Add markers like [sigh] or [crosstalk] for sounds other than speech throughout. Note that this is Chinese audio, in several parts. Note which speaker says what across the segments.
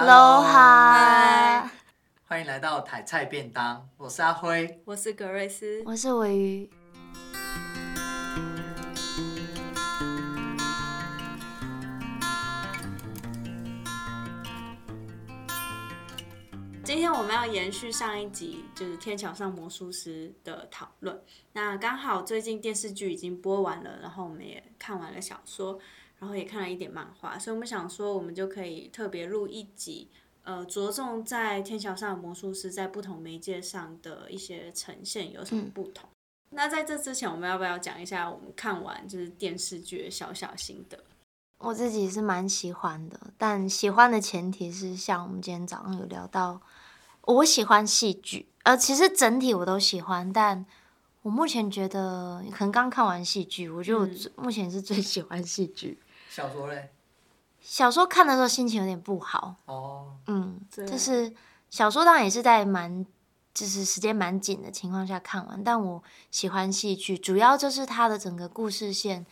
Speaker 1: Hello，
Speaker 2: 嗨，
Speaker 1: 欢迎来到台菜便当，我是阿辉。
Speaker 2: 我是格瑞斯。
Speaker 3: 我是尾鱼，
Speaker 2: 今天我们要延续上一集，就是《天桥上魔术师》的讨论。那刚好最近电视剧已经播完了，然后我们也看完了小说，然后也看了一点漫画，所以我们想说，我们就可以特别录一集，呃，着重在《天桥上的魔术师》在不同媒介上的一些呈现有什么不同。那在这之前，我们要不要讲一下我们看完就是电视剧的小小心得？
Speaker 3: 我自己是蛮喜欢的，但喜欢的前提是像我们今天早上有聊到，我喜欢戏剧，呃，其实整体我都喜欢，但我目前觉得可能刚看完戏剧，我觉得我
Speaker 2: 嗯
Speaker 3: 最、目前是最喜欢戏剧。
Speaker 1: 小卓嘞？
Speaker 3: 小说看的时候心情有点不好，
Speaker 1: 哦，
Speaker 3: 嗯，
Speaker 2: 对
Speaker 3: 就是小说当然也是在蛮就是时间蛮紧的情况下看完，但我喜欢戏剧，主要就是它的整个故事线，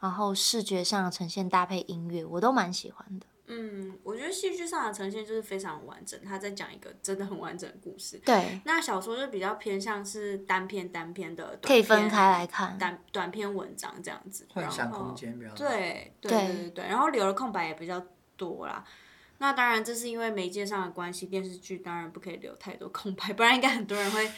Speaker 3: 然后视觉上的呈现搭配音乐，我都蛮喜欢的。
Speaker 2: 嗯，我觉得戏剧上的呈现就是非常完整，他在讲一个真的很完整的故事。
Speaker 3: 对，
Speaker 2: 那小说就比较偏向是单篇单篇的短篇，
Speaker 3: 可以分开来看。
Speaker 2: 短短篇文章这样子，
Speaker 1: 幻想
Speaker 2: 然后
Speaker 1: 空间比较大
Speaker 2: 哦对
Speaker 3: 对
Speaker 2: 对对对对，然后留的空白也比较多啦。那当然，这是因为媒介上的关系，电视剧当然不可以留太多空白，不然应该很多人会，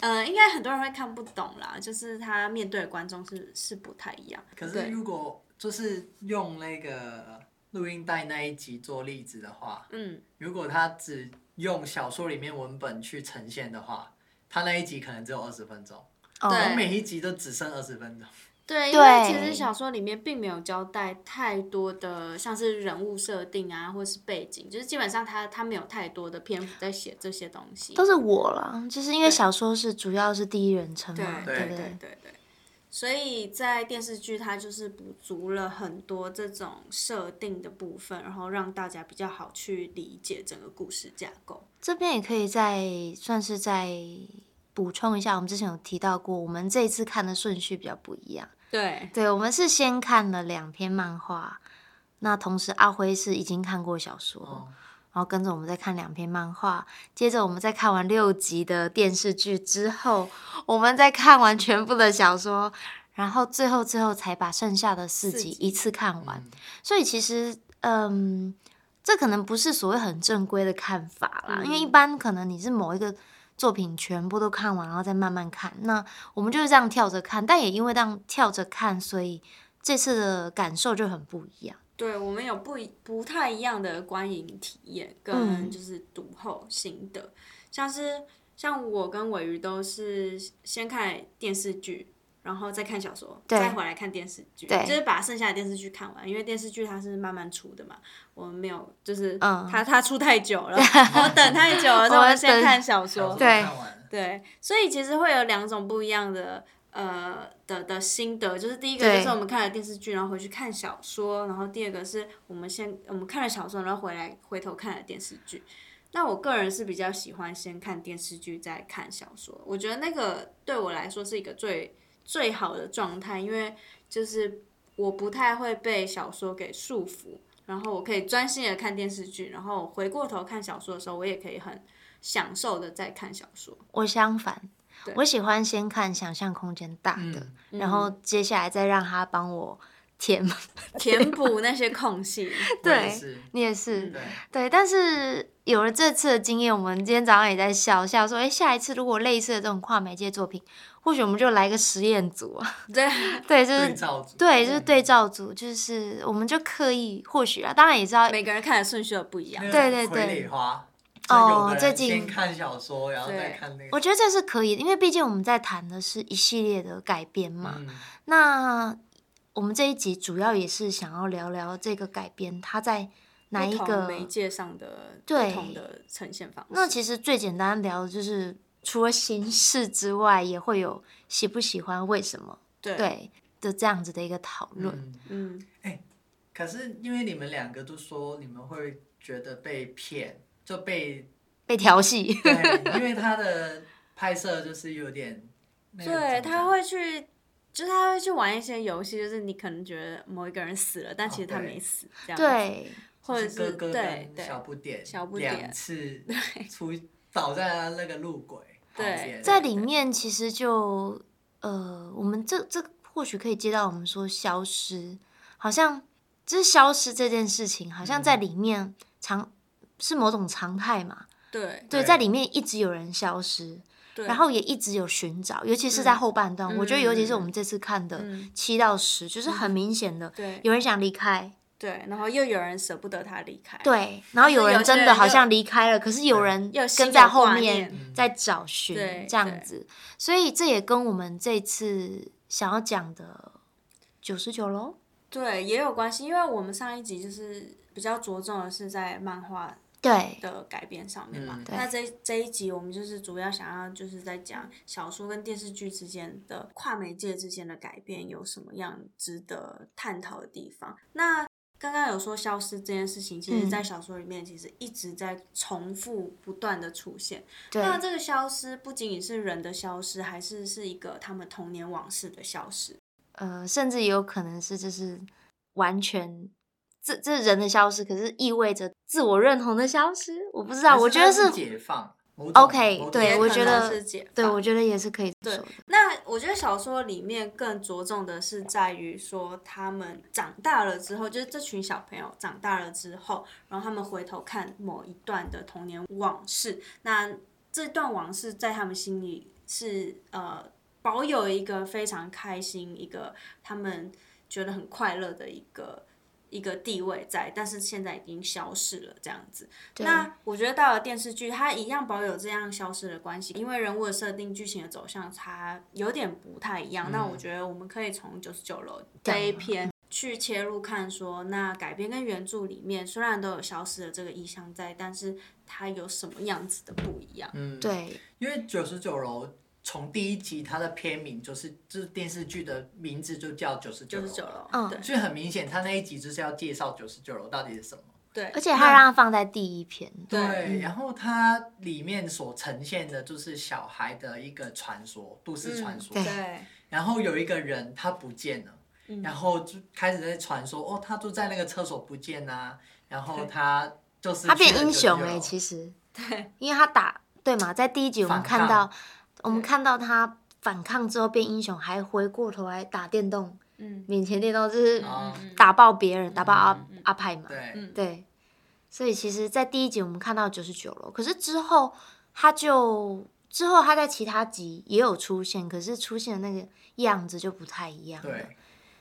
Speaker 2: 呃，应该很多人会看不懂啦。就是他面对的观众是是不太一样。
Speaker 1: 可是
Speaker 2: 对
Speaker 1: 如果就是用那个录音带那一集做例子的话，
Speaker 2: 嗯，
Speaker 1: 如果他只用小说里面文本去呈现的话，他那一集可能只有二十分钟，
Speaker 3: 哦
Speaker 1: 然
Speaker 2: 对
Speaker 1: 后每一集都只剩二十分钟。
Speaker 2: 对，因为
Speaker 3: 对
Speaker 2: 其实小说里面并没有交代太多的，像是人物设定啊，或是背景，就是基本上他他没有太多的篇幅在写这些东西。
Speaker 3: 都是我啦，就是因为
Speaker 2: 对
Speaker 3: 小说是主要是第一人称嘛，
Speaker 1: 对
Speaker 3: 对
Speaker 2: 对
Speaker 3: 不
Speaker 2: 对对对。所以在电视剧，它就是补足了很多这种设定的部分，然后让大家比较好去理解整个故事架构。
Speaker 3: 这边也可以再算是再补充一下，我们之前有提到过，我们这一次看的顺序比较不一样。
Speaker 2: 对，
Speaker 3: 对，我们是先看了两篇漫画，那同时阿辉是已经看过小说，
Speaker 1: 哦，
Speaker 3: 然后跟着我们再看两篇漫画，接着我们再看完六集的电视剧之后，我们再看完全部的小说，然后最后最后才把剩下的四
Speaker 2: 四
Speaker 3: 集
Speaker 2: 集
Speaker 3: 一次看完。
Speaker 1: 嗯，
Speaker 3: 所以其实，嗯，这可能不是所谓很正规的看法啦，
Speaker 2: 嗯
Speaker 3: 因为一般可能你是某一个作品全部都看完，然后再慢慢看。那我们就是这样跳着看，但也因为这样跳着看，所以这次的感受就很不一样。
Speaker 2: 对我们有不一不太一样的观影体验，跟
Speaker 3: 嗯
Speaker 2: 就是读后心得，像是像我跟尾鱼都是先看电视剧，然后再看小说，
Speaker 3: 对
Speaker 2: 再回来看电视剧，
Speaker 3: 对
Speaker 2: 就是把剩下的电视剧看完，因为电视剧它是慢慢出的嘛，我们没有就是
Speaker 3: 嗯
Speaker 2: 它它出太久
Speaker 3: [laughs]
Speaker 2: 了，我们等太久了，所以我们先
Speaker 3: 等
Speaker 2: 看小
Speaker 1: 小
Speaker 2: 说
Speaker 1: 说，
Speaker 3: 对
Speaker 1: 看完了，
Speaker 2: 对，所以其实会有两种不一样的呃的的心得，就是第一个
Speaker 3: 对
Speaker 2: 就是我们看了电视剧，然后回去看小说，然后第二个是我们先我们看了小说，然后回来回头看了电视剧。那我个人是比较喜欢先看电视剧再看小说，我觉得那个对我来说是一个最最好的状态，因为就是我不太会被小说给束缚，然后我可以专心的看电视剧，然后回过头看小说的时候，我也可以很享受的在看小说。
Speaker 3: 我相反
Speaker 2: 对，
Speaker 3: 我喜欢先看想象空间大的，
Speaker 1: 嗯，
Speaker 3: 然后接下来再让他帮我填。
Speaker 2: 填补那些空
Speaker 3: [laughs]
Speaker 2: 隙。
Speaker 1: 我也
Speaker 3: 对
Speaker 1: 是，
Speaker 3: 你也是，
Speaker 1: 对，
Speaker 3: 对，但是有了这次的经验，我们今天早上也在笑笑说，哎，下一次如果类似的这种跨媒介作品，或许我们就来个实验组啊。 [laughs]
Speaker 2: 对，嗯
Speaker 3: 对，就
Speaker 1: 对
Speaker 3: 是
Speaker 1: 照组，
Speaker 3: 对，就是对照组，就是我们就刻意或许啊，当然也知道，
Speaker 2: 每个人看的顺序都不一样。
Speaker 3: 对对对
Speaker 1: 傀儡花。
Speaker 3: 哦
Speaker 1: 就有的人
Speaker 3: 最近
Speaker 1: 先看小说，然后再
Speaker 2: 对
Speaker 1: 看那个
Speaker 3: 我觉得这是可以的，因为毕竟我们在谈的是一系列的改编嘛。
Speaker 1: 嗯
Speaker 3: 那我们这一集主要也是想要聊聊这个改编，它在哪一
Speaker 2: 不
Speaker 3: 个
Speaker 2: 同媒介上的不
Speaker 3: 对
Speaker 2: 同的呈现方式？
Speaker 3: 那其实最简单聊的就是，除了形式之外，也会有喜不喜欢、为什么
Speaker 2: 对，
Speaker 3: 对的这样子的一个讨论。
Speaker 1: 嗯
Speaker 2: 嗯，
Speaker 1: 可是因为你们两个都说你们会觉得被骗，就
Speaker 3: [laughs]
Speaker 1: 被
Speaker 3: 被调戏，
Speaker 1: 对，因为他的拍摄就是有点，那个怎
Speaker 2: 对，
Speaker 1: 么讲
Speaker 2: 他会去。就是他会去玩一些游戏，就是你可能觉得某一个人死了，但其实他
Speaker 1: 哦对
Speaker 2: 没死，这样子
Speaker 3: 对，
Speaker 2: 或者
Speaker 1: 就是哥哥
Speaker 2: 对
Speaker 1: 跟
Speaker 2: 对
Speaker 1: 小不点
Speaker 2: 小不点
Speaker 1: 两次出倒在那个路轨旁
Speaker 2: 对
Speaker 1: 边，
Speaker 3: 在里面其实就呃，我们这这或许可以接到我们说消失，好像就是消失这件事情，好像在
Speaker 2: 嗯
Speaker 3: 里面常、是某种常态嘛。
Speaker 2: 对
Speaker 3: 对，
Speaker 1: 对
Speaker 3: 在里面一直有人消失，
Speaker 2: 对，
Speaker 3: 然后也一直有寻找，尤其是在
Speaker 2: 嗯
Speaker 3: 后半段，我觉得
Speaker 2: 嗯
Speaker 3: 尤其是
Speaker 2: 嗯
Speaker 3: 我们这次看的
Speaker 2: 嗯
Speaker 3: 七到十、就是很明显的，
Speaker 2: 对
Speaker 3: 有人想离开，
Speaker 2: 对，然后又有人舍不得他离开，
Speaker 3: 对，然后有人真的好像离开了，可是有
Speaker 1: 对
Speaker 3: 人
Speaker 2: 又
Speaker 3: 跟
Speaker 2: 心有
Speaker 3: 在后
Speaker 2: 挂
Speaker 3: 面
Speaker 2: 念
Speaker 1: 嗯
Speaker 3: 在找寻
Speaker 2: 对
Speaker 3: 这样
Speaker 2: 对
Speaker 3: 子，所以这也跟我们这次想要讲的九十九楼，
Speaker 2: 对也有关系，因为我们上一集就是比较着重的是在漫画
Speaker 3: 对
Speaker 2: 的改编上面嘛。
Speaker 1: 嗯
Speaker 3: 对
Speaker 2: 那这这一集我们就是主要想要就是在讲小说跟电视剧之间的跨媒介之间的改变有什么样值得探讨的地方。那刚刚有说消失这件事情，其实
Speaker 3: 嗯
Speaker 2: 在小说里面其实一直在重复不断的出现。
Speaker 3: 对
Speaker 2: 那这个消失不仅仅是人的消失，还是是一个他们童年往事的消失。
Speaker 3: 呃，甚至也有可能是就是完全。这这人的消失，可是意味着自我认同的消失。我不知道，
Speaker 1: 还
Speaker 3: 啊我觉得
Speaker 1: 它是
Speaker 3: 是
Speaker 1: 解放。某种
Speaker 3: OK，
Speaker 1: 某种
Speaker 3: 对
Speaker 2: 也
Speaker 1: 程
Speaker 3: 我
Speaker 2: 可
Speaker 3: 觉
Speaker 2: 能
Speaker 3: 得
Speaker 2: 是解
Speaker 3: 对，
Speaker 2: 放
Speaker 3: 我觉得也是可以这么
Speaker 2: 对
Speaker 3: 说的。
Speaker 2: 那我觉得小说里面更着重的是在于说，他们长大了之后，就是这群小朋友长大了之后，然后他们回头看某一段的童年往事，那这段往事在他们心里是呃保有一个非常开心，一个他们觉得很快乐的一个一个地位在，但是现在已经消失了这样子。
Speaker 3: 对
Speaker 2: 那我觉得到了电视剧，它一样保有这样消失的关系，因为人物的设定、剧情的走向，它有点不太一样。那
Speaker 3: 嗯
Speaker 2: 我觉得我们可以从九十九楼这一篇去切入看说那改编跟原著里面虽然都有消失的这个意象在，但是它有什么样子的不一样？
Speaker 1: 嗯，
Speaker 3: 对
Speaker 1: 因为九十九楼从第一集它的片名就是，就是电视剧的名字就叫九十九
Speaker 2: 九
Speaker 1: 楼，
Speaker 2: 十九楼，
Speaker 3: 嗯
Speaker 2: 对
Speaker 1: 所以很明显，它那一集就是要介绍九十九楼到底是什么。
Speaker 2: 对
Speaker 3: 而且他让它放在第一篇，
Speaker 2: 对
Speaker 1: 对，然后它里面所呈现的就是小孩的一个传说，都市传说。
Speaker 3: 嗯对嗯
Speaker 2: 对
Speaker 1: 然后有一个人他不见了，然后就开始在传说哦，他就在那个厕所不见啊，然后他就是
Speaker 3: 他变英雄
Speaker 1: 哎、
Speaker 3: 哎、其实
Speaker 2: 对
Speaker 3: 因为他打对嘛，在第一集我们
Speaker 1: 反抗
Speaker 3: 看到，我们
Speaker 2: 对
Speaker 3: 看到他反抗之后变英雄，还回过头来打电动，
Speaker 2: 嗯
Speaker 3: 免钱电动就是
Speaker 1: 哦
Speaker 2: 嗯
Speaker 3: 打爆别人，打爆阿
Speaker 2: 嗯嗯
Speaker 3: 阿派嘛，
Speaker 1: 对，
Speaker 2: 嗯
Speaker 3: 对，所以其实，在第一集我们看到九十九楼，可是之后他就之后他在其他集也有出现，可是出现的那个样子就不太一样了
Speaker 1: 对。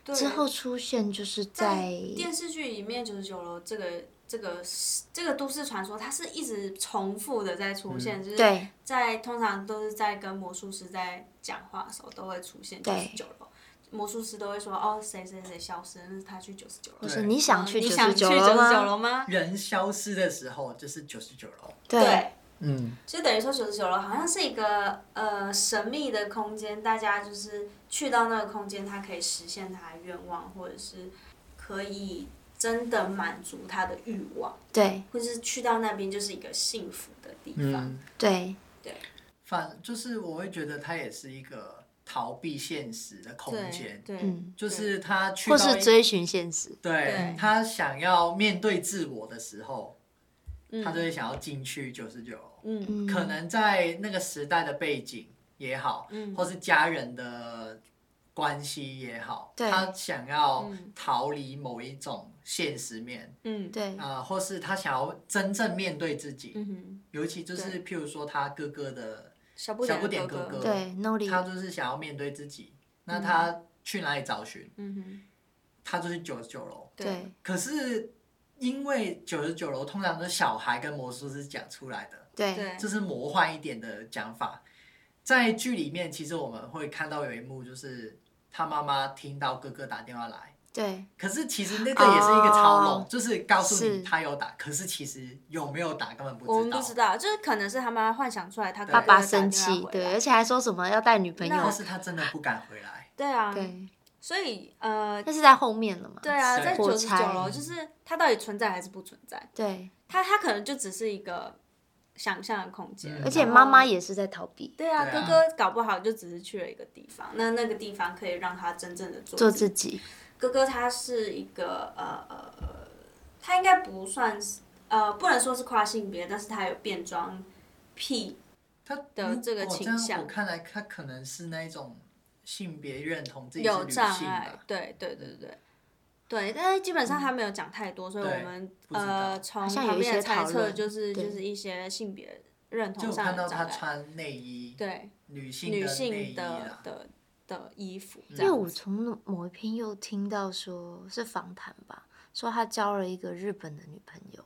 Speaker 2: 对
Speaker 3: 之后出现就是
Speaker 2: 在
Speaker 3: 在
Speaker 2: 电视剧里面，九十九楼这个这个这个都市传说，它是一直重复的在出现，就是
Speaker 3: 对
Speaker 2: 在通常都是在跟魔术师在讲话的时候都会出现九
Speaker 3: 对
Speaker 2: 十九楼。魔术师都会说哦，谁谁谁消失，那是他去九十九楼
Speaker 3: 就
Speaker 1: 对。
Speaker 3: 是你想去
Speaker 2: 嗯
Speaker 3: 九
Speaker 2: 你想
Speaker 3: 十
Speaker 2: 去
Speaker 3: 九
Speaker 2: 九
Speaker 3: 楼
Speaker 2: 十九
Speaker 3: 吗？
Speaker 2: 楼吗？
Speaker 1: 人消失的时候就是九十九楼，
Speaker 3: 对，
Speaker 1: 嗯，
Speaker 2: 就等于说九十九楼好像是一个呃神秘的空间，大家就是去到那个空间，他可以实现他的愿望，或者是可以真的满足他的欲望。
Speaker 3: 对
Speaker 2: 或是去到那边就是一个幸福的地方。
Speaker 1: 嗯，
Speaker 3: 对
Speaker 1: 反就是我会觉得它也是一个逃避现实的空间，
Speaker 2: 对
Speaker 3: 嗯
Speaker 1: 就是他去
Speaker 3: 或
Speaker 1: 到
Speaker 3: 是
Speaker 1: 一
Speaker 3: 追寻现实。
Speaker 1: 对
Speaker 2: 对
Speaker 1: 他想要面对自我的时候，他就会想要进去九十九楼。
Speaker 2: 嗯
Speaker 3: 嗯，
Speaker 1: 可能在那个时代的背景也好，
Speaker 2: 嗯
Speaker 1: 或是家人的关系也好，
Speaker 3: 对
Speaker 1: 他想要
Speaker 2: 嗯
Speaker 1: 逃离某一种现实面，
Speaker 2: 嗯
Speaker 3: 对
Speaker 1: 啊、或是他想要真正面对自己，
Speaker 2: 嗯哼，
Speaker 1: 尤其就是
Speaker 2: 对
Speaker 1: 譬如说他哥哥的，
Speaker 2: 小不
Speaker 1: 小不点
Speaker 2: 哥
Speaker 1: 哥哥
Speaker 3: 对，no
Speaker 2: 嗯
Speaker 3: 理
Speaker 1: 他就是想要面对自己，那他去哪里找寻？
Speaker 2: 嗯哼，
Speaker 1: 他就是九十九楼，
Speaker 3: 对
Speaker 1: 可是因为九十九楼通常都是小孩跟魔术师讲出来的，
Speaker 3: 对
Speaker 2: 对
Speaker 1: 这是魔幻一点的讲法。在剧里面，其实我们会看到有一幕，就是他妈妈听到哥哥打电话来，
Speaker 3: 对
Speaker 1: 可是其实那个也是一个嘲弄
Speaker 3: 哦
Speaker 1: 就是告诉
Speaker 3: 是
Speaker 1: 你他有打，可是其实有没有打根本不
Speaker 2: 我
Speaker 1: 知
Speaker 2: 们
Speaker 1: 道。
Speaker 2: 不知道，就是可能是他妈幻想出来，他
Speaker 1: 对
Speaker 3: 爸
Speaker 2: 哥哥
Speaker 3: 爸
Speaker 2: 打
Speaker 3: 生
Speaker 2: 电话
Speaker 3: 气，
Speaker 2: 回
Speaker 3: 对，
Speaker 2: 来
Speaker 3: 而且还说什么要带女朋
Speaker 1: 但
Speaker 3: 友，
Speaker 1: 是他真的不敢回来，
Speaker 2: 对啊，
Speaker 3: 对，
Speaker 2: 所以呃，
Speaker 3: 那是在后面了嘛？
Speaker 2: 对啊，
Speaker 1: 对
Speaker 2: 在
Speaker 3: 火
Speaker 2: 九十九
Speaker 3: 柴
Speaker 2: 楼，就是它到底存在还是不存在？
Speaker 3: 对，
Speaker 2: 它它可能就只是一个想象的空间
Speaker 1: 嗯，
Speaker 3: 而且
Speaker 2: 然后
Speaker 3: 妈妈。也是在逃避，
Speaker 2: 对啊，
Speaker 1: 对
Speaker 2: 哥
Speaker 1: 啊
Speaker 2: 哥搞不好就只是去了一个地方，那那个地方可以让他真正的
Speaker 3: 做
Speaker 2: 做
Speaker 3: 自己，
Speaker 2: 哥哥他是一个呃呃呃，他应该不算是呃，不能说是跨性别，但是他有变装癖。
Speaker 1: 他嗯
Speaker 2: 的
Speaker 1: 如
Speaker 2: 这个
Speaker 1: 果
Speaker 2: 倾
Speaker 1: 在
Speaker 2: 向
Speaker 1: 我看来，他可能是那一种性别认同自己是
Speaker 2: 有
Speaker 1: 女
Speaker 2: 障
Speaker 1: 性
Speaker 2: 碍
Speaker 1: 吧，。
Speaker 2: 对对对对对，但是基本上他没有讲太多，所以我
Speaker 1: 嗯对
Speaker 2: 们
Speaker 1: 不知
Speaker 2: 呃
Speaker 1: 道
Speaker 2: 从
Speaker 3: 好像有
Speaker 2: 旁
Speaker 3: 一
Speaker 2: 边的
Speaker 3: 些
Speaker 2: 猜
Speaker 3: 讨
Speaker 2: 测
Speaker 3: 论
Speaker 2: 就是就
Speaker 3: 对
Speaker 2: 是一些性别认
Speaker 1: 就
Speaker 2: 同
Speaker 1: 我
Speaker 2: 上
Speaker 1: 看
Speaker 2: 的
Speaker 1: 到
Speaker 2: 障
Speaker 1: 他
Speaker 2: 碍，
Speaker 1: 穿内衣，
Speaker 2: 对
Speaker 1: 女性
Speaker 2: 女
Speaker 1: 的内
Speaker 2: 性
Speaker 1: 衣啊
Speaker 2: 的
Speaker 1: 啦，
Speaker 2: 的的衣服这
Speaker 3: 因为
Speaker 2: 样
Speaker 3: 我
Speaker 2: 子。
Speaker 3: 从某一篇又听到说是访谈吧，说他交了一个日本的女朋友。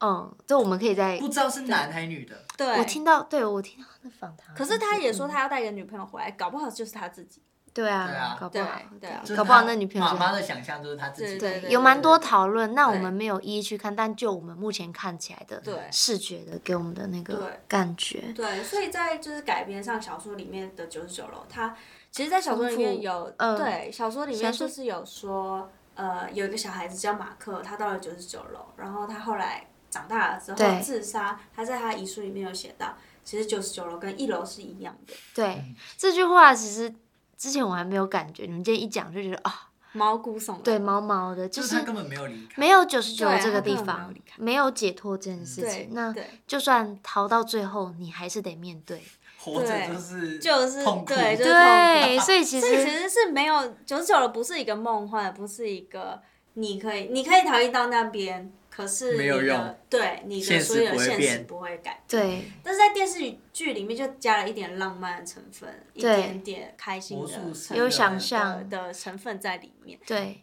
Speaker 3: 嗯，这我们可以在
Speaker 1: 不知道是男还女的。
Speaker 2: 对，
Speaker 3: 我听到，对我听到他的访谈。
Speaker 2: 可是他也说他要带一个女朋友回来，搞不好就是他自己。
Speaker 3: 嗯对啊，
Speaker 1: 对啊
Speaker 3: 搞不好
Speaker 2: 对对啊
Speaker 1: 就是
Speaker 3: 搞不好
Speaker 1: 他
Speaker 3: 那女朋友
Speaker 1: 妈
Speaker 3: 是
Speaker 1: 妈的想象就是他自己
Speaker 2: 对
Speaker 1: 的，
Speaker 2: 对对
Speaker 3: 有蛮多
Speaker 1: 对
Speaker 3: 讨论。那我
Speaker 2: 对
Speaker 3: 们没有一一去看，但就我们目前看起来的
Speaker 2: 对
Speaker 3: 视觉的给我们的那
Speaker 2: 对
Speaker 3: 个感觉，
Speaker 2: 对，所以在就是改编上小说里面的九十九楼，它其实，在小说里面有、
Speaker 3: 嗯
Speaker 2: 对小说里面
Speaker 3: 小说
Speaker 2: 就是有说，呃，有一个小孩子叫马克，他到了九十九楼，然后他后来长大了之后
Speaker 3: 对
Speaker 2: 自杀，他在他遗书里面有写到，其实九十九楼跟一楼是一样的，
Speaker 3: 对这句话其实之前我还没有感觉，你们今天一讲就觉得啊，
Speaker 2: 毛骨悚然。
Speaker 3: 对，毛毛的，
Speaker 1: 就
Speaker 3: 就
Speaker 1: 是
Speaker 3: 是
Speaker 1: 他根本没有离开。
Speaker 3: 没有九十九
Speaker 2: 对啊
Speaker 3: 这个
Speaker 2: 他根
Speaker 3: 地
Speaker 2: 本没有
Speaker 3: 方
Speaker 2: 离，开
Speaker 3: 没有解脱这件事
Speaker 2: 对
Speaker 3: 情。那
Speaker 2: 对
Speaker 3: 就算逃到最后，你还是得面对。
Speaker 1: 活着
Speaker 2: 对
Speaker 1: 就是
Speaker 2: 就是
Speaker 1: 痛苦，
Speaker 2: 对就是
Speaker 3: 对，所以其
Speaker 2: 所以其
Speaker 3: 实
Speaker 2: 实是没有九十九楼不是一个梦幻，不是一个你可以你可以逃逸到那边，可是
Speaker 1: 没有
Speaker 2: 你的
Speaker 1: 用
Speaker 2: 对你的
Speaker 1: 现实
Speaker 2: 所有的
Speaker 1: 不会
Speaker 2: 现实
Speaker 1: 变
Speaker 2: 不会改变。
Speaker 3: 对
Speaker 2: 但是在电视剧里面就加了一点浪漫的成分，一
Speaker 3: 对
Speaker 2: 点点开心的
Speaker 1: 魔术师
Speaker 2: 成分
Speaker 1: 有想
Speaker 2: 的
Speaker 3: 象
Speaker 2: 的成分在里面，
Speaker 3: 对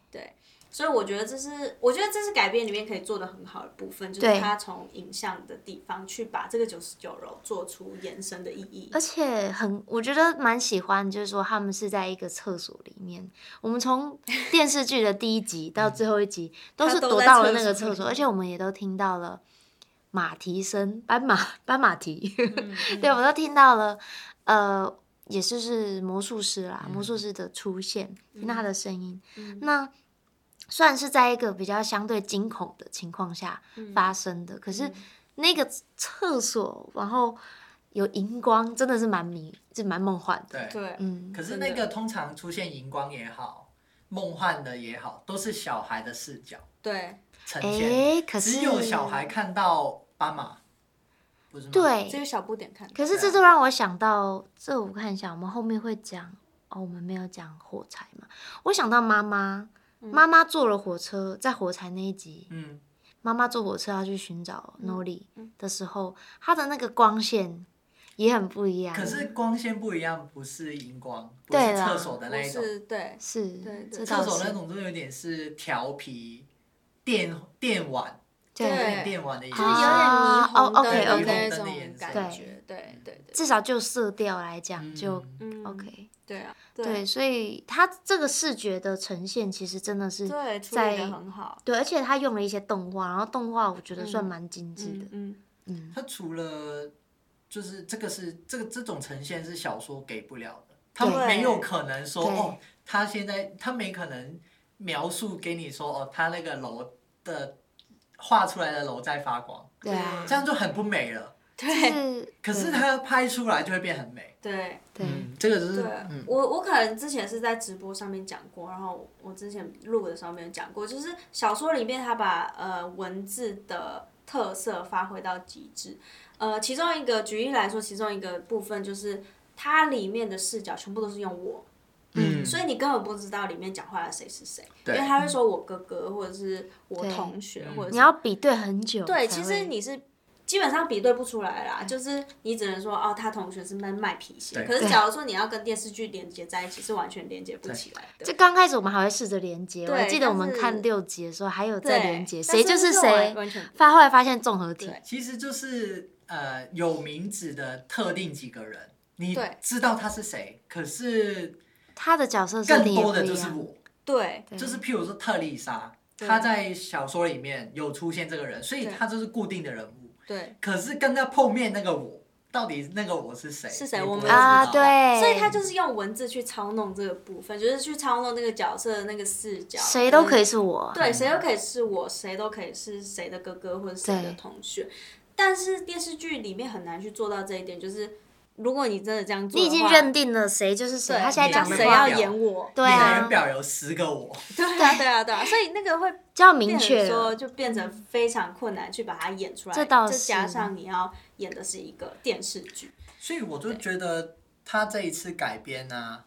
Speaker 2: 所以我觉得这是我觉得这是改编里面可以做的很好的部分，就是
Speaker 3: 对
Speaker 2: 他从影像的地方去把这个九十九楼做出延伸的意义。
Speaker 3: 而且很，我觉得蛮喜欢，就是说他们是在一个厕所里面。我们
Speaker 2: [laughs]
Speaker 3: 从电视剧的第一集到最后一集，都是
Speaker 2: 嗯都
Speaker 3: 躲
Speaker 2: 在
Speaker 3: 到
Speaker 2: 厕
Speaker 3: 了那个
Speaker 2: 所
Speaker 3: 厕
Speaker 2: 里
Speaker 3: 所，而且我们也都听到了马蹄声，斑马斑马蹄，
Speaker 1: 嗯
Speaker 2: 嗯
Speaker 3: 对，我们都听到了，呃，也就是魔术师啦，魔术师的出现，听到他的声音。那虽然是在一个比较相对惊恐的情况下发生的，可是那个厕所，然后有荧光，真的是蛮迷，是蛮梦幻的。
Speaker 1: 对。
Speaker 2: 对，
Speaker 3: 嗯，
Speaker 1: 可是
Speaker 2: 真的
Speaker 1: 那个通常出现荧光也好，梦幻的也好，都是小孩的视角
Speaker 2: 对，
Speaker 1: 呈现，
Speaker 3: 哎，可是
Speaker 1: 只有小孩看到斑马，不是吗？，
Speaker 3: 对
Speaker 2: 这，个小不点看到。
Speaker 3: 可是这就让我想到，这我看一下，我们后面会讲哦，我们没有讲火柴嘛。我想到妈妈，妈妈坐了火车，在火柴那一集，
Speaker 1: 嗯，
Speaker 3: 妈妈坐火车要去寻找 Nori 的时候，她的那个光线也很不一样。
Speaker 1: 可是光线不一样，不是荧光，不
Speaker 3: 对
Speaker 1: 是
Speaker 3: 啦
Speaker 1: 厕所的
Speaker 2: 不
Speaker 1: 那一种，
Speaker 2: 是对，
Speaker 3: 是
Speaker 2: 对，
Speaker 3: 这
Speaker 1: 厕
Speaker 3: 倒
Speaker 1: 所那
Speaker 3: 是
Speaker 1: 种就有点是调皮电电玩，有
Speaker 2: 对
Speaker 1: 点电玩的意思，嗯
Speaker 2: 就是有点
Speaker 3: 啊
Speaker 2: 霓虹
Speaker 3: 哦
Speaker 2: 灯的
Speaker 3: ，OK，OK
Speaker 1: 霓
Speaker 2: 那
Speaker 1: 虹灯的颜
Speaker 2: 种
Speaker 1: 色
Speaker 2: 感觉，对对对，
Speaker 3: 至少就色调来讲
Speaker 1: 嗯
Speaker 3: 就
Speaker 2: 嗯
Speaker 3: OK。
Speaker 2: 对啊，
Speaker 3: 对，所以它这个视觉的呈现其实真的是
Speaker 2: 对，处理
Speaker 3: 在
Speaker 2: 的很好，
Speaker 3: 对，而且它用了一些动画，然后动画我觉得算蛮精致的
Speaker 2: 嗯。嗯，
Speaker 1: 它除了就是这个是这个这种呈现是小说给不了的，它
Speaker 2: 对
Speaker 1: 没有可能说
Speaker 3: 对
Speaker 1: 哦，他现在他没可能描述给你说哦，他那个楼的画出来的楼在发光，
Speaker 3: 对啊
Speaker 1: 这，样就很不美了。
Speaker 2: 对
Speaker 3: 是
Speaker 1: 可是
Speaker 3: 嗯对
Speaker 1: 它拍出来就会变很美。
Speaker 2: 对
Speaker 3: 对
Speaker 1: 嗯，这个就是
Speaker 2: 对
Speaker 1: 嗯，
Speaker 2: 我我可能之前是在直播上面讲过，然后我之前录的时候没有讲过，就是小说里面他把呃文字的特色发挥到极致，呃，其中一个举例来说，其中一个部分就是它里面的视角全部都是用我，
Speaker 1: 嗯
Speaker 2: 所以你根本不知道里面讲话的谁是谁，因
Speaker 1: 对
Speaker 2: 为他会说我哥哥，或者是我
Speaker 3: 对
Speaker 2: 同学，
Speaker 1: 嗯
Speaker 2: 或者
Speaker 3: 你
Speaker 2: 是
Speaker 3: 要比对很久才会。
Speaker 2: 对，其实你是基本上比对不出来啦，就是你只能说哦，他同学是在卖皮鞋。
Speaker 1: 嗯对
Speaker 2: 可是假如说你要跟电视剧连接在一起，是完全连接不起来的。
Speaker 3: 这刚开始我们还会试着连接，我还
Speaker 2: 对
Speaker 3: 记得我
Speaker 2: 但
Speaker 3: 们
Speaker 2: 是
Speaker 3: 看六集的时候还有
Speaker 2: 对
Speaker 3: 在连接，
Speaker 2: 但
Speaker 3: 谁就是是
Speaker 2: 这
Speaker 3: 谁
Speaker 2: 完，完全
Speaker 3: 发后来发现综合体
Speaker 2: 对
Speaker 1: 其实就是呃有名字的特定几个人，你
Speaker 2: 对
Speaker 1: 知道他是谁，可是
Speaker 3: 他的角色设
Speaker 1: 更
Speaker 3: 定也
Speaker 1: 多
Speaker 3: 不
Speaker 1: 的
Speaker 3: 一
Speaker 1: 就是
Speaker 3: 样。
Speaker 1: 我。
Speaker 2: 对
Speaker 3: 对
Speaker 1: 就是譬如说特丽莎，
Speaker 2: 嗯对
Speaker 1: 她在小说里面有出现这个人，所以
Speaker 2: 对
Speaker 1: 她就是固定的人物。
Speaker 2: 对，
Speaker 1: 可是跟她碰面那个我，到底那个我是谁？
Speaker 2: 是谁
Speaker 1: 你不
Speaker 2: 我们
Speaker 1: 知道
Speaker 3: 啊，对，
Speaker 2: 所以他就是用文字去操弄这个部分，就是去操弄那个角色的那个视角，
Speaker 3: 谁都可
Speaker 2: 以。
Speaker 3: 以是我，
Speaker 2: 对，谁都可以是我，谁都可以是谁的哥哥或者谁的
Speaker 3: 对
Speaker 2: 同学。但是电视剧里面很难去做到这一点，就是如果你真的这样做
Speaker 3: 你
Speaker 2: 的
Speaker 3: 已
Speaker 2: 话，
Speaker 3: 经认定了谁就是谁，
Speaker 2: 对
Speaker 3: 他现在
Speaker 1: 你
Speaker 3: 讲
Speaker 2: 那
Speaker 3: 的
Speaker 2: 谁
Speaker 3: 话
Speaker 2: 要
Speaker 1: 表
Speaker 2: 演我？
Speaker 3: 对
Speaker 1: 每个
Speaker 3: 啊
Speaker 1: 人表有十个我，
Speaker 2: 对啊，对啊，对啊，所以那个会
Speaker 3: 就要明
Speaker 2: 变
Speaker 3: 确
Speaker 2: 成
Speaker 3: 了。
Speaker 2: 说，就变成非常困难去把它演出来。
Speaker 3: 这倒
Speaker 2: 再
Speaker 3: 是
Speaker 2: 加上你要演的是一个电视剧，
Speaker 1: 所以我就觉得他这一次改编呢、啊，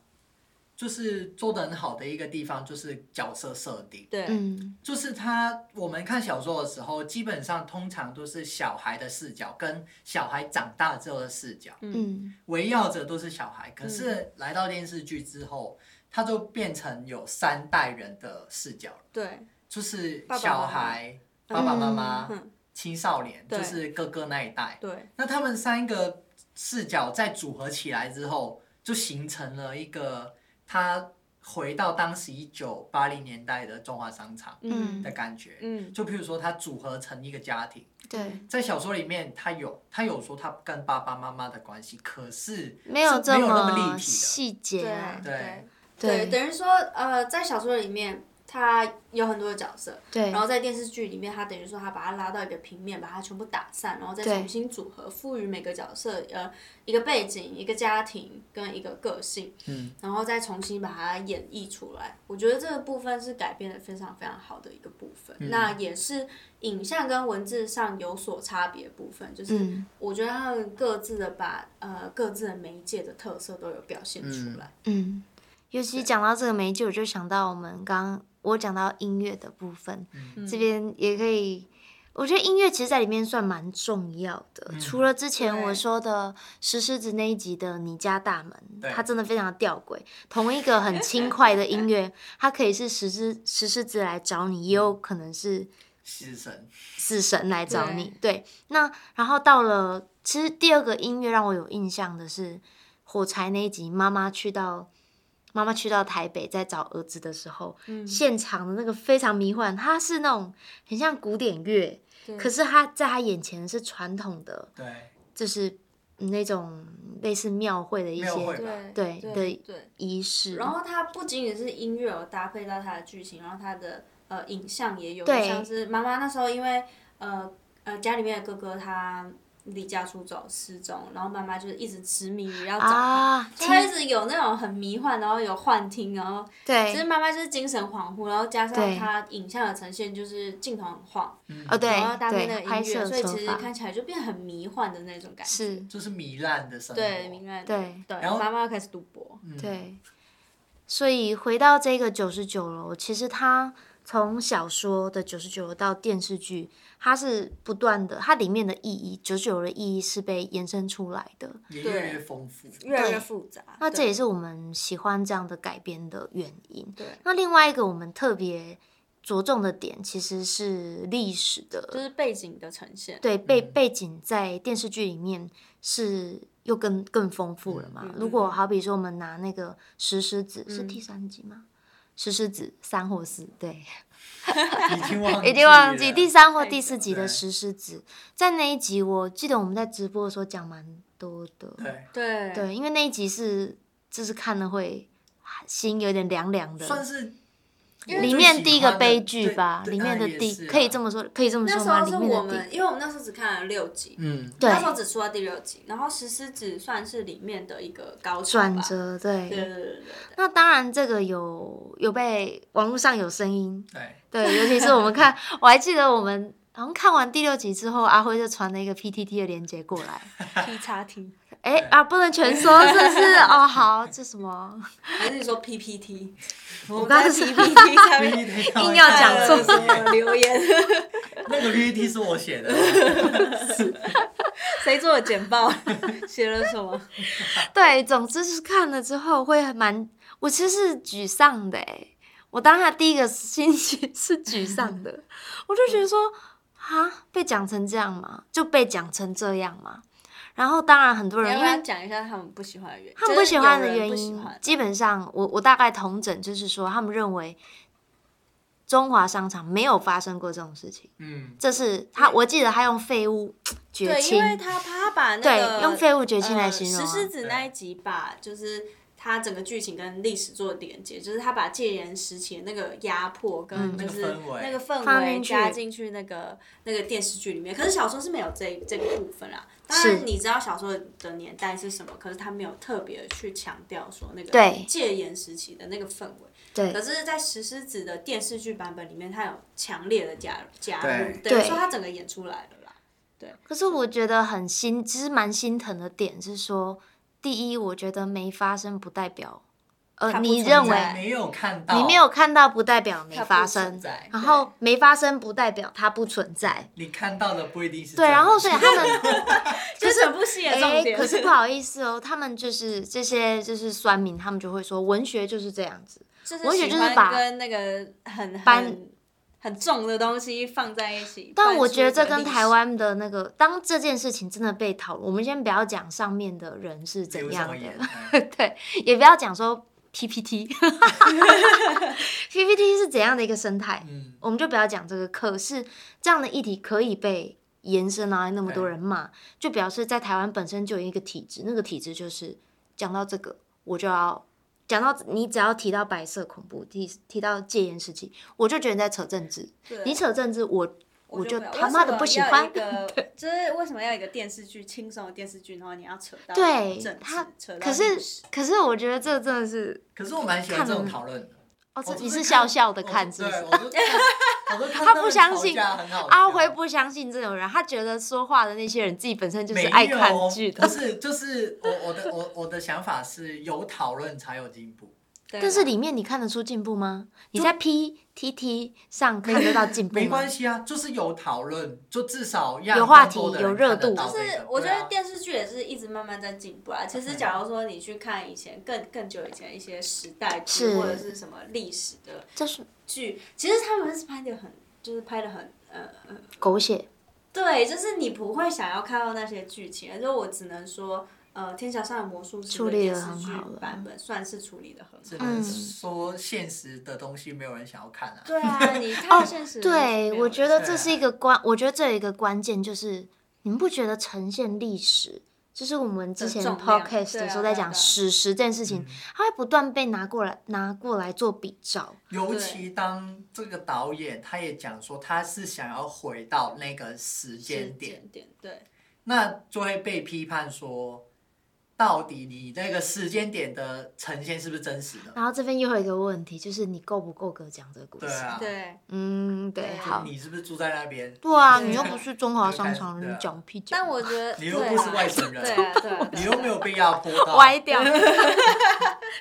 Speaker 1: 就是做的很好的一个地方，就是角色设定。
Speaker 2: 对，
Speaker 3: 嗯，
Speaker 1: 就是他，我们看小说的时候，基本上通常都是小孩的视角跟小孩长大之后的视角，
Speaker 3: 嗯，
Speaker 1: 围绕着都是小孩。可
Speaker 2: 嗯
Speaker 1: 是来到电视剧之后，他就变成有三代人的视角了，
Speaker 2: 对，
Speaker 1: 就是
Speaker 2: 爸爸妈
Speaker 1: 小
Speaker 2: 妈
Speaker 1: 孩、爸爸妈妈、 [laughs]
Speaker 2: 嗯，
Speaker 1: 青少年，
Speaker 2: 对
Speaker 1: 就是哥哥那一代。
Speaker 2: 对，
Speaker 1: 那他们三个视角再组合起来之后，就形成了一个他回到当时一九八零年代的中华商场
Speaker 2: 嗯
Speaker 1: 的感觉。
Speaker 2: 嗯，
Speaker 1: 就譬如说，他组合成一个家庭，
Speaker 3: 对，
Speaker 1: 在小说里面，他有他有说他跟爸爸妈妈的关系，可是
Speaker 3: 没有
Speaker 1: 是
Speaker 3: 这
Speaker 1: 没有那么立体的
Speaker 3: 细节啊。
Speaker 1: 对
Speaker 3: 对
Speaker 2: 对，等于说，呃，在小说里面，他有很多的角色，
Speaker 3: 对
Speaker 2: 然后在电视剧里面，他等于说他把它拉到一个平面，把它全部打散，然后再
Speaker 3: 对
Speaker 2: 重新组合，赋予每个角色呃一个背景、一个家庭跟一个个性，
Speaker 1: 嗯，
Speaker 2: 然后再重新把它演绎出来。我觉得这个部分是改编的非常非常好的一个部分，
Speaker 3: 嗯
Speaker 2: 那也是影像跟文字上有所差别的部分，就是
Speaker 3: 嗯
Speaker 2: 我觉得他们各自的把呃各自的媒介的特色都有表现出来，
Speaker 3: 嗯，尤其讲到这个媒介，我就想到我们刚刚我讲到音乐的部分，这边也可以。我觉得音乐其实在里面算蛮重要的，除了之前我
Speaker 2: 对
Speaker 3: 说的石狮子那一集的《你家大门》，
Speaker 1: 对
Speaker 3: 它真的非常吊诡。同一个很轻快的音乐，它可以是石狮石狮子来找你，也有可能是
Speaker 1: 死神，
Speaker 3: 死神来找你。对，那然后到了，其实第二个音乐让我有印象的是火柴那一集，妈妈去到妈妈去到台北在找儿子的时候，
Speaker 2: 嗯
Speaker 3: 现场的那个非常迷幻，它是那种很像古典乐，可是它在他眼前是传统的，
Speaker 1: 对，
Speaker 3: 就是那种类似庙会的一
Speaker 1: 庙会
Speaker 3: 些
Speaker 1: 吧，
Speaker 3: 对
Speaker 2: 对
Speaker 3: 对
Speaker 2: 对。
Speaker 3: 仪式。
Speaker 2: 然后它不仅仅是音乐有搭配到它的剧情，然后它的呃影像也有，
Speaker 3: 对
Speaker 2: 像是妈妈那时候因为呃呃家里面的哥哥他离家出走失踪，然后妈妈就是一直痴迷于要找他。
Speaker 3: 啊，
Speaker 2: 所以他一
Speaker 3: 听
Speaker 2: 直有那种很迷幻，然后有幻听，然后其实
Speaker 3: 对，
Speaker 2: 妈妈就是精神恍惚，然后加上
Speaker 3: 对
Speaker 2: 她影像的呈现就是镜头很晃，
Speaker 1: 嗯
Speaker 3: 哦对
Speaker 2: 然后搭配那
Speaker 3: 对，
Speaker 2: 个
Speaker 3: 拍
Speaker 2: 音乐，
Speaker 3: 摄
Speaker 2: 所以
Speaker 3: 手
Speaker 2: 其实
Speaker 3: 法
Speaker 2: 看起来就变得很迷幻的那种感觉。
Speaker 3: 是，
Speaker 1: 就是糜烂的生活，
Speaker 2: 对，明白。
Speaker 3: 对
Speaker 2: 对，
Speaker 1: 然后
Speaker 2: 妈妈开始赌博，
Speaker 1: 嗯，
Speaker 3: 对，所以回到这个九十九楼，其实它从小说的九十九楼到电视剧，它是不断的，它里面的意义，九十九楼的意义是被延伸出来的。
Speaker 1: 也越来越丰富，
Speaker 2: 越来越
Speaker 3: 对
Speaker 2: 复杂。
Speaker 3: 那这
Speaker 2: 对
Speaker 3: 也是我们喜欢这样的改编的原因。
Speaker 2: 对
Speaker 3: 那另外一个我们特别着重的点，其实是历史
Speaker 2: 就
Speaker 3: 的，
Speaker 2: 是背景的呈现。
Speaker 3: 对背背景在电视剧里面是。又更更丰富了嘛？
Speaker 2: 嗯嗯
Speaker 3: 如果好比说我们拿那个石狮子、是
Speaker 2: 嗯
Speaker 3: 第三集吗？石狮子三或四，
Speaker 2: [laughs]
Speaker 3: 对，
Speaker 1: 已经
Speaker 3: [laughs]
Speaker 1: 忘
Speaker 3: 一定忘记
Speaker 1: 了
Speaker 3: 第三或
Speaker 2: 太久
Speaker 3: 第四集的
Speaker 1: 对
Speaker 3: 石狮子，在那一集我记得我们在直播的时候讲蛮多的，
Speaker 1: 对，
Speaker 2: 对
Speaker 3: 对，因为那一集是就是看了会心有点凉凉
Speaker 1: 算
Speaker 3: 的，
Speaker 1: 是
Speaker 2: 为
Speaker 3: 里面第一个悲剧吧，里
Speaker 2: 啊
Speaker 3: 面的第可以这
Speaker 1: 么，
Speaker 3: 么说，可以这么
Speaker 2: 那
Speaker 3: 说
Speaker 2: 时
Speaker 3: 吗？
Speaker 2: 候
Speaker 3: 里
Speaker 2: 是
Speaker 3: 面
Speaker 2: 我
Speaker 3: 的
Speaker 2: 们，
Speaker 3: 第
Speaker 2: 因为我们那时候只看了六集，
Speaker 1: 嗯，
Speaker 3: 对
Speaker 2: 那时候只出到第六集，然后《石狮子》算是里面的一个高潮吧
Speaker 3: 转。折，
Speaker 2: 对对
Speaker 3: 对。
Speaker 2: 对对 [laughs] 对
Speaker 3: 那当然，这个有有被网络上有声音，
Speaker 1: 对，
Speaker 3: 对，尤其是我们看，我还记得我们好像看完第六集之后，阿辉就传了一个 PTT 的链接过来，
Speaker 2: 对，P 叉 T
Speaker 3: 哎、啊，不能全说，是不是？哦，好，这什么？
Speaker 2: [laughs]
Speaker 3: [laughs]
Speaker 2: 还是你说 PPT？我
Speaker 3: 刚
Speaker 2: 在
Speaker 3: 刚是
Speaker 2: PPT 上面
Speaker 3: [laughs]
Speaker 1: 硬
Speaker 3: 硬要讲
Speaker 2: 看了
Speaker 3: 错
Speaker 2: 什
Speaker 3: [laughs]
Speaker 2: 么留言，
Speaker 1: 那个 PPT 是我写的，
Speaker 2: 谁做的简报， [laughs] 写了什么？
Speaker 3: 对，总之是看了之后会蛮，我其实是沮丧的哎，我当下第一个心情是沮丧的，我就觉得说啊，被讲成这样嘛，就被讲成这样嘛。然后当然很多
Speaker 2: 你
Speaker 3: 人
Speaker 2: 要
Speaker 3: 因
Speaker 2: 不要
Speaker 3: 为
Speaker 2: 讲一下他们不喜欢的原因？
Speaker 3: 他们不
Speaker 2: 就是
Speaker 3: 喜
Speaker 2: 有
Speaker 3: 欢的
Speaker 2: 人
Speaker 3: 原
Speaker 2: 不喜
Speaker 3: 因
Speaker 2: 欢，
Speaker 3: 基本上我我大概统整就是说，他们认为中华商场没有发生过这种事情，
Speaker 1: 嗯，
Speaker 3: 这是他我记得他用废物绝
Speaker 2: 对，
Speaker 3: 亲
Speaker 2: 因，为他他把那
Speaker 3: 对
Speaker 2: 个呃
Speaker 3: 用废物绝亲来形容啊、
Speaker 2: 石狮子那一集把就是它整个剧情跟历史做连接，就是他把戒严时期的那个压迫跟
Speaker 3: 嗯
Speaker 2: 就是那
Speaker 1: 那
Speaker 2: 个
Speaker 1: 个
Speaker 2: 氛
Speaker 3: 放
Speaker 2: 围
Speaker 3: 进去
Speaker 2: 加进去那个那个电视剧里面。可是小说是没有这这个部分啦。当
Speaker 3: 是
Speaker 2: 然你知道小说的年代是什么，可是他没有特别去强调说那个
Speaker 3: 对
Speaker 2: 戒严时期的那个氛围。
Speaker 3: 对
Speaker 2: 可是，在石狮子的电视剧版本里面，它有强烈的加加入，
Speaker 1: 对
Speaker 2: 等于
Speaker 3: 对
Speaker 2: 说它整个演出来了啦。
Speaker 3: 可是我觉得很心，其实蛮心疼的点是说，第一，我觉得没发生不代表，
Speaker 2: 它
Speaker 3: 呃，
Speaker 2: 不
Speaker 3: 你 [laughs]
Speaker 2: 存
Speaker 3: 认
Speaker 2: 在
Speaker 3: 为
Speaker 1: 没有看到，
Speaker 3: 你没有看到不代表没
Speaker 2: 它不
Speaker 3: 发
Speaker 2: 存
Speaker 3: 生，
Speaker 2: 在
Speaker 3: 然后没发生不代表它不存在。
Speaker 1: 你看到的不一定是真
Speaker 3: 对，
Speaker 1: 的
Speaker 3: 然后所以
Speaker 1: [laughs]
Speaker 3: 他们
Speaker 2: 对就是整部戏的重
Speaker 3: 哎、
Speaker 2: 点。
Speaker 3: 可是不好意思哦，他们就是这些就是酸民，他们就会说文学就是这样子，
Speaker 2: 就是
Speaker 3: 文学
Speaker 2: 喜
Speaker 3: 就是
Speaker 2: 欢
Speaker 3: 把
Speaker 2: 跟那个很
Speaker 3: 搬
Speaker 2: 很很重的东西放在一起。
Speaker 3: 但
Speaker 2: 搬
Speaker 3: 我
Speaker 2: 出
Speaker 3: 觉得
Speaker 2: 一个
Speaker 3: 这跟
Speaker 2: 历史
Speaker 3: 台湾的那个，当这件事情真的被讨论，我们先不要讲上面的人是
Speaker 1: 有
Speaker 3: 怎
Speaker 1: 什
Speaker 3: 样
Speaker 1: 么
Speaker 3: 的 [laughs]
Speaker 1: 演，
Speaker 3: 对，也不要讲说 [laughs] PPT，PPT 是怎样的一个生态，
Speaker 1: 嗯，
Speaker 3: 我们就不要讲这个。可是这样的议题可以被延伸啊，那么多人骂，就表示在台湾本身就有一个体制，那个体制就是讲到这个，我就要讲到你只要提到白色恐怖，提提到戒严时期，我就觉得你在扯政治，
Speaker 2: 对
Speaker 3: 你扯政治，我我就
Speaker 2: 不要
Speaker 3: 他妈的不喜欢
Speaker 2: 啊
Speaker 3: [laughs]
Speaker 2: 为。什么要一个就是为什么要一个电视剧轻松的电视剧，然后你要扯到
Speaker 3: 对
Speaker 2: 政治
Speaker 3: 它
Speaker 2: 扯到
Speaker 3: 可是
Speaker 2: 历史
Speaker 3: 可是我觉得这真的是，
Speaker 1: 可是我蛮喜欢这种讨论的。
Speaker 3: 哦，这
Speaker 1: 我都
Speaker 3: 你是
Speaker 1: 看
Speaker 3: 笑笑的看，是不是？
Speaker 1: 我都对我都我都看
Speaker 3: 他
Speaker 1: 到
Speaker 3: 不
Speaker 1: 人
Speaker 3: 相
Speaker 1: 吵
Speaker 3: 信
Speaker 1: 架很好
Speaker 3: 阿
Speaker 1: 笑
Speaker 3: 辉不相信这种人，他觉得说话的那些人自己本身就是
Speaker 1: 没
Speaker 3: 爱看
Speaker 1: 有
Speaker 3: 剧的
Speaker 1: 不。是，就是我我的我我的想法是有讨论才有进步，
Speaker 2: 对啊
Speaker 3: 但是
Speaker 2: 啦
Speaker 3: 里面你看得出进步吗？你在 PTT 上看得到进步
Speaker 1: 没
Speaker 3: 吗
Speaker 1: 关？系啊，就是有讨论，就至少让
Speaker 3: 有话
Speaker 1: 更多
Speaker 3: 题
Speaker 1: 的人
Speaker 3: 有热
Speaker 1: 看
Speaker 3: 度
Speaker 2: 就
Speaker 1: 得到这
Speaker 2: 是
Speaker 1: 个
Speaker 2: 我觉
Speaker 1: 对啊
Speaker 2: 得电视剧也是一直慢慢在进步啊。其实，假如说你去看以前更更久以前一些时代剧
Speaker 3: 是
Speaker 2: 或者是什么历史的
Speaker 3: 这是
Speaker 2: 剧，其实他们是拍的很，就是拍的很呃呃
Speaker 3: 狗血，
Speaker 2: 对，就是你不会想要看到那些剧情，而且我只能说，呃，《天桥上的魔术师》
Speaker 3: 处
Speaker 2: 的
Speaker 3: 理
Speaker 2: 电
Speaker 3: 得
Speaker 2: 视
Speaker 3: 很
Speaker 2: 剧
Speaker 3: 好了
Speaker 2: 版本算是处理的很
Speaker 1: 只
Speaker 2: 好。
Speaker 1: 能
Speaker 3: 嗯
Speaker 1: 说现实的东西没有人想要看啊。
Speaker 2: 对啊，你看现实的是没有
Speaker 3: 哦
Speaker 2: 啊
Speaker 3: 对
Speaker 2: 人
Speaker 3: 我觉得
Speaker 1: 对
Speaker 3: 这是一个关，我觉得这有一个关键就是，你们不觉得呈现历史，就是我们之前
Speaker 2: 的重量
Speaker 3: podcast
Speaker 2: 对啊
Speaker 3: 的时候在
Speaker 2: 对啊对啊
Speaker 3: 讲史实这件
Speaker 1: 嗯
Speaker 3: 事情，它会不断被拿过来拿过来做比照，
Speaker 1: 尤
Speaker 2: 对
Speaker 1: 其当这个导演他也讲说他是想要回到那个时
Speaker 2: 时
Speaker 1: 间点，
Speaker 2: 间点，对，
Speaker 1: 那就会被批判说，到底你那个时间点的呈现是不是真实的？
Speaker 3: 然后这边又有一个问题，就是你够不够格讲这个故
Speaker 1: 对
Speaker 3: 事？
Speaker 1: 啊，
Speaker 2: 对。
Speaker 3: 嗯，对，
Speaker 2: 对啊
Speaker 3: 好，
Speaker 1: 你是不是住在那边？
Speaker 3: 对啊，
Speaker 2: 对
Speaker 3: 你又不是中华商
Speaker 1: 就
Speaker 3: 场，
Speaker 1: 开始啊
Speaker 3: 你讲屁讲。
Speaker 2: 但我觉得，
Speaker 1: 你又
Speaker 2: 对
Speaker 1: 不是
Speaker 2: 啊
Speaker 1: 外省人
Speaker 2: 对啊，对啊，对
Speaker 1: [laughs]
Speaker 2: 啊
Speaker 1: 你又没有被压迫到，
Speaker 3: 歪 [laughs] 掉，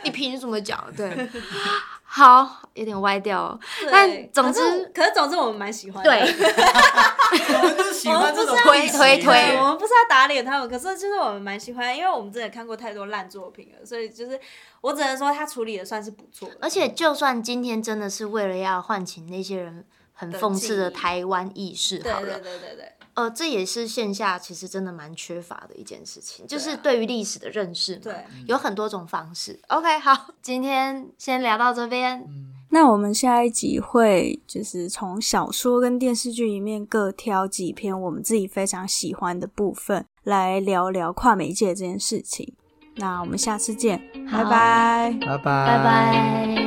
Speaker 3: 你凭什么讲？对， [laughs] 好，有点歪掉哦。
Speaker 2: 对
Speaker 3: 但总之
Speaker 2: 可是我可是总之我们蛮喜欢的。
Speaker 3: 对，
Speaker 1: 我们就喜欢这种
Speaker 3: 我们不是要
Speaker 1: 历史
Speaker 3: 推
Speaker 2: 对，
Speaker 3: 推
Speaker 2: 我们不是要打脸他们，可是就是我们蛮喜欢，因为我们真的看过太多烂作品了，所以就是我只能说他处理的算是不错的。
Speaker 3: 而且就算今天真的是为了要唤起那些人很讽刺的台湾意识，
Speaker 2: 对
Speaker 3: 好
Speaker 2: 对
Speaker 3: 了，
Speaker 2: 对对对
Speaker 3: 呃，这也是线下其实真的蛮缺乏的一件事情，就是
Speaker 2: 对啊
Speaker 3: 对于历史的认识嘛，
Speaker 2: 对。
Speaker 3: 有很多种方式。OK，好，今天先聊到这边，
Speaker 1: 嗯
Speaker 4: 那我们下一集会就是从小说跟电视剧里面各挑几篇我们自己非常喜欢的部分来聊聊跨媒介这件事情。那我们下次见，拜
Speaker 3: 好
Speaker 4: 拜。
Speaker 5: 拜拜，
Speaker 3: 拜拜。